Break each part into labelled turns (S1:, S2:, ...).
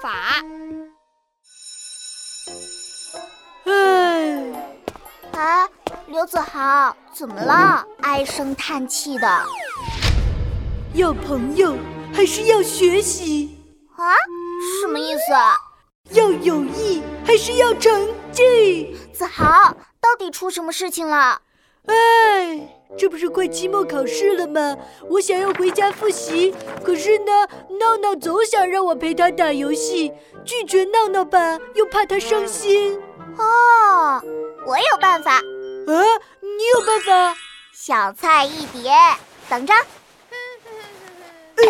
S1: 法。
S2: 唉，
S3: 哎，刘子豪，怎么了？唉声叹气的。啊
S2: 要朋友还是要学习？
S3: 啊？什么意思？
S2: 要友谊还是要成绩？
S3: 子豪，到底出什么事情了？
S2: 唉，这不是快期末考试了吗？我想要回家复习，可是呢，闹闹总想让我陪他打游戏，拒绝闹闹吧，又怕他伤心。
S3: 哦，我有办法，
S2: 啊，你有办法？
S3: 小菜一碟，等着。
S2: 哎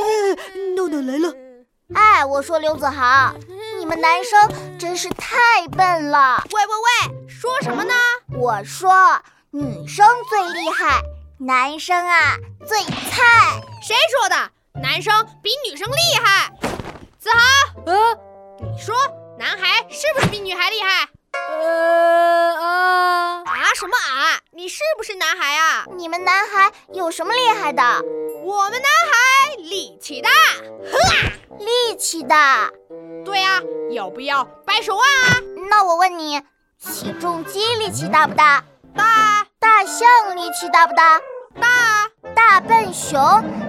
S2: 闹闹来了，
S3: 哎，我说刘子豪，你们男生真是太笨了。
S1: 喂喂喂，说什么呢？
S3: 我说，女生最厉害，男生啊最菜。
S1: 谁说的？男生比女生厉害。子豪，
S2: 啊，
S1: 你说男孩是不是比女孩厉害？
S2: 呃啊，
S1: 啊什么啊？你是不是男孩啊？
S3: 你们男孩有什么厉害的？
S1: 我们男孩力气大。
S3: 力气大。
S1: 对呀、要不要掰手腕啊？
S3: 那我问你，起重机力气大不大？
S1: 大啊
S3: 大象力气大不大？
S1: 大啊，
S3: 大笨熊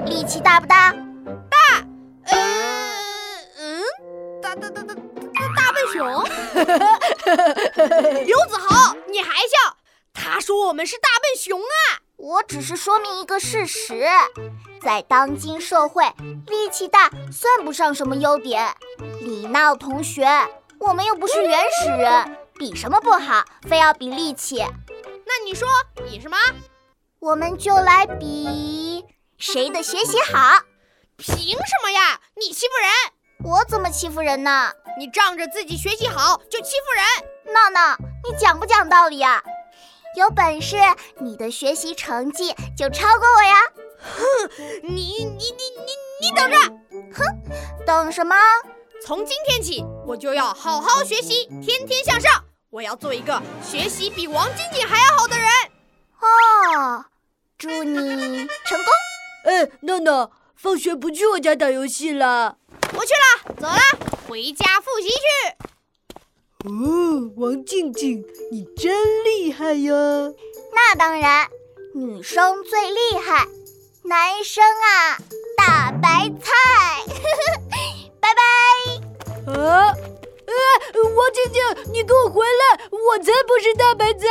S3: 力气大不大？
S1: 嗯嗯，大大大大大大笨熊。刘子豪，你还笑？他说我们是大笨熊啊！
S3: 我只是说明一个事实，在当今社会，力气大算不上什么优点。李闹同学，我们又不是原始人，比什么不好，非要比力气？
S1: 那你说比什么？
S3: 我们就来比谁的学习好。
S1: 凭什么呀？你欺负人！
S3: 我怎么欺负人呢？
S1: 你仗着自己学习好就欺负人！
S3: 闹闹，你讲不讲道理呀、有本事你的学习成绩就超过我呀！
S1: 你你你你你等着！
S3: 等什么？
S1: 从今天起，我就要好好学习，天天向上。我要做一个学习比王晶晶还要好的人。
S3: 哦，祝你成功！
S2: 哎，闹闹，放学不去我家打游戏了。
S1: 不去了，走了，回家复习去。
S2: 哦，王静静，你真厉害呀！
S3: 那当然，女生最厉害，男生啊，大白菜。拜拜！
S2: 呃啊，哎，王静静，你给我回来！我才不是大白菜！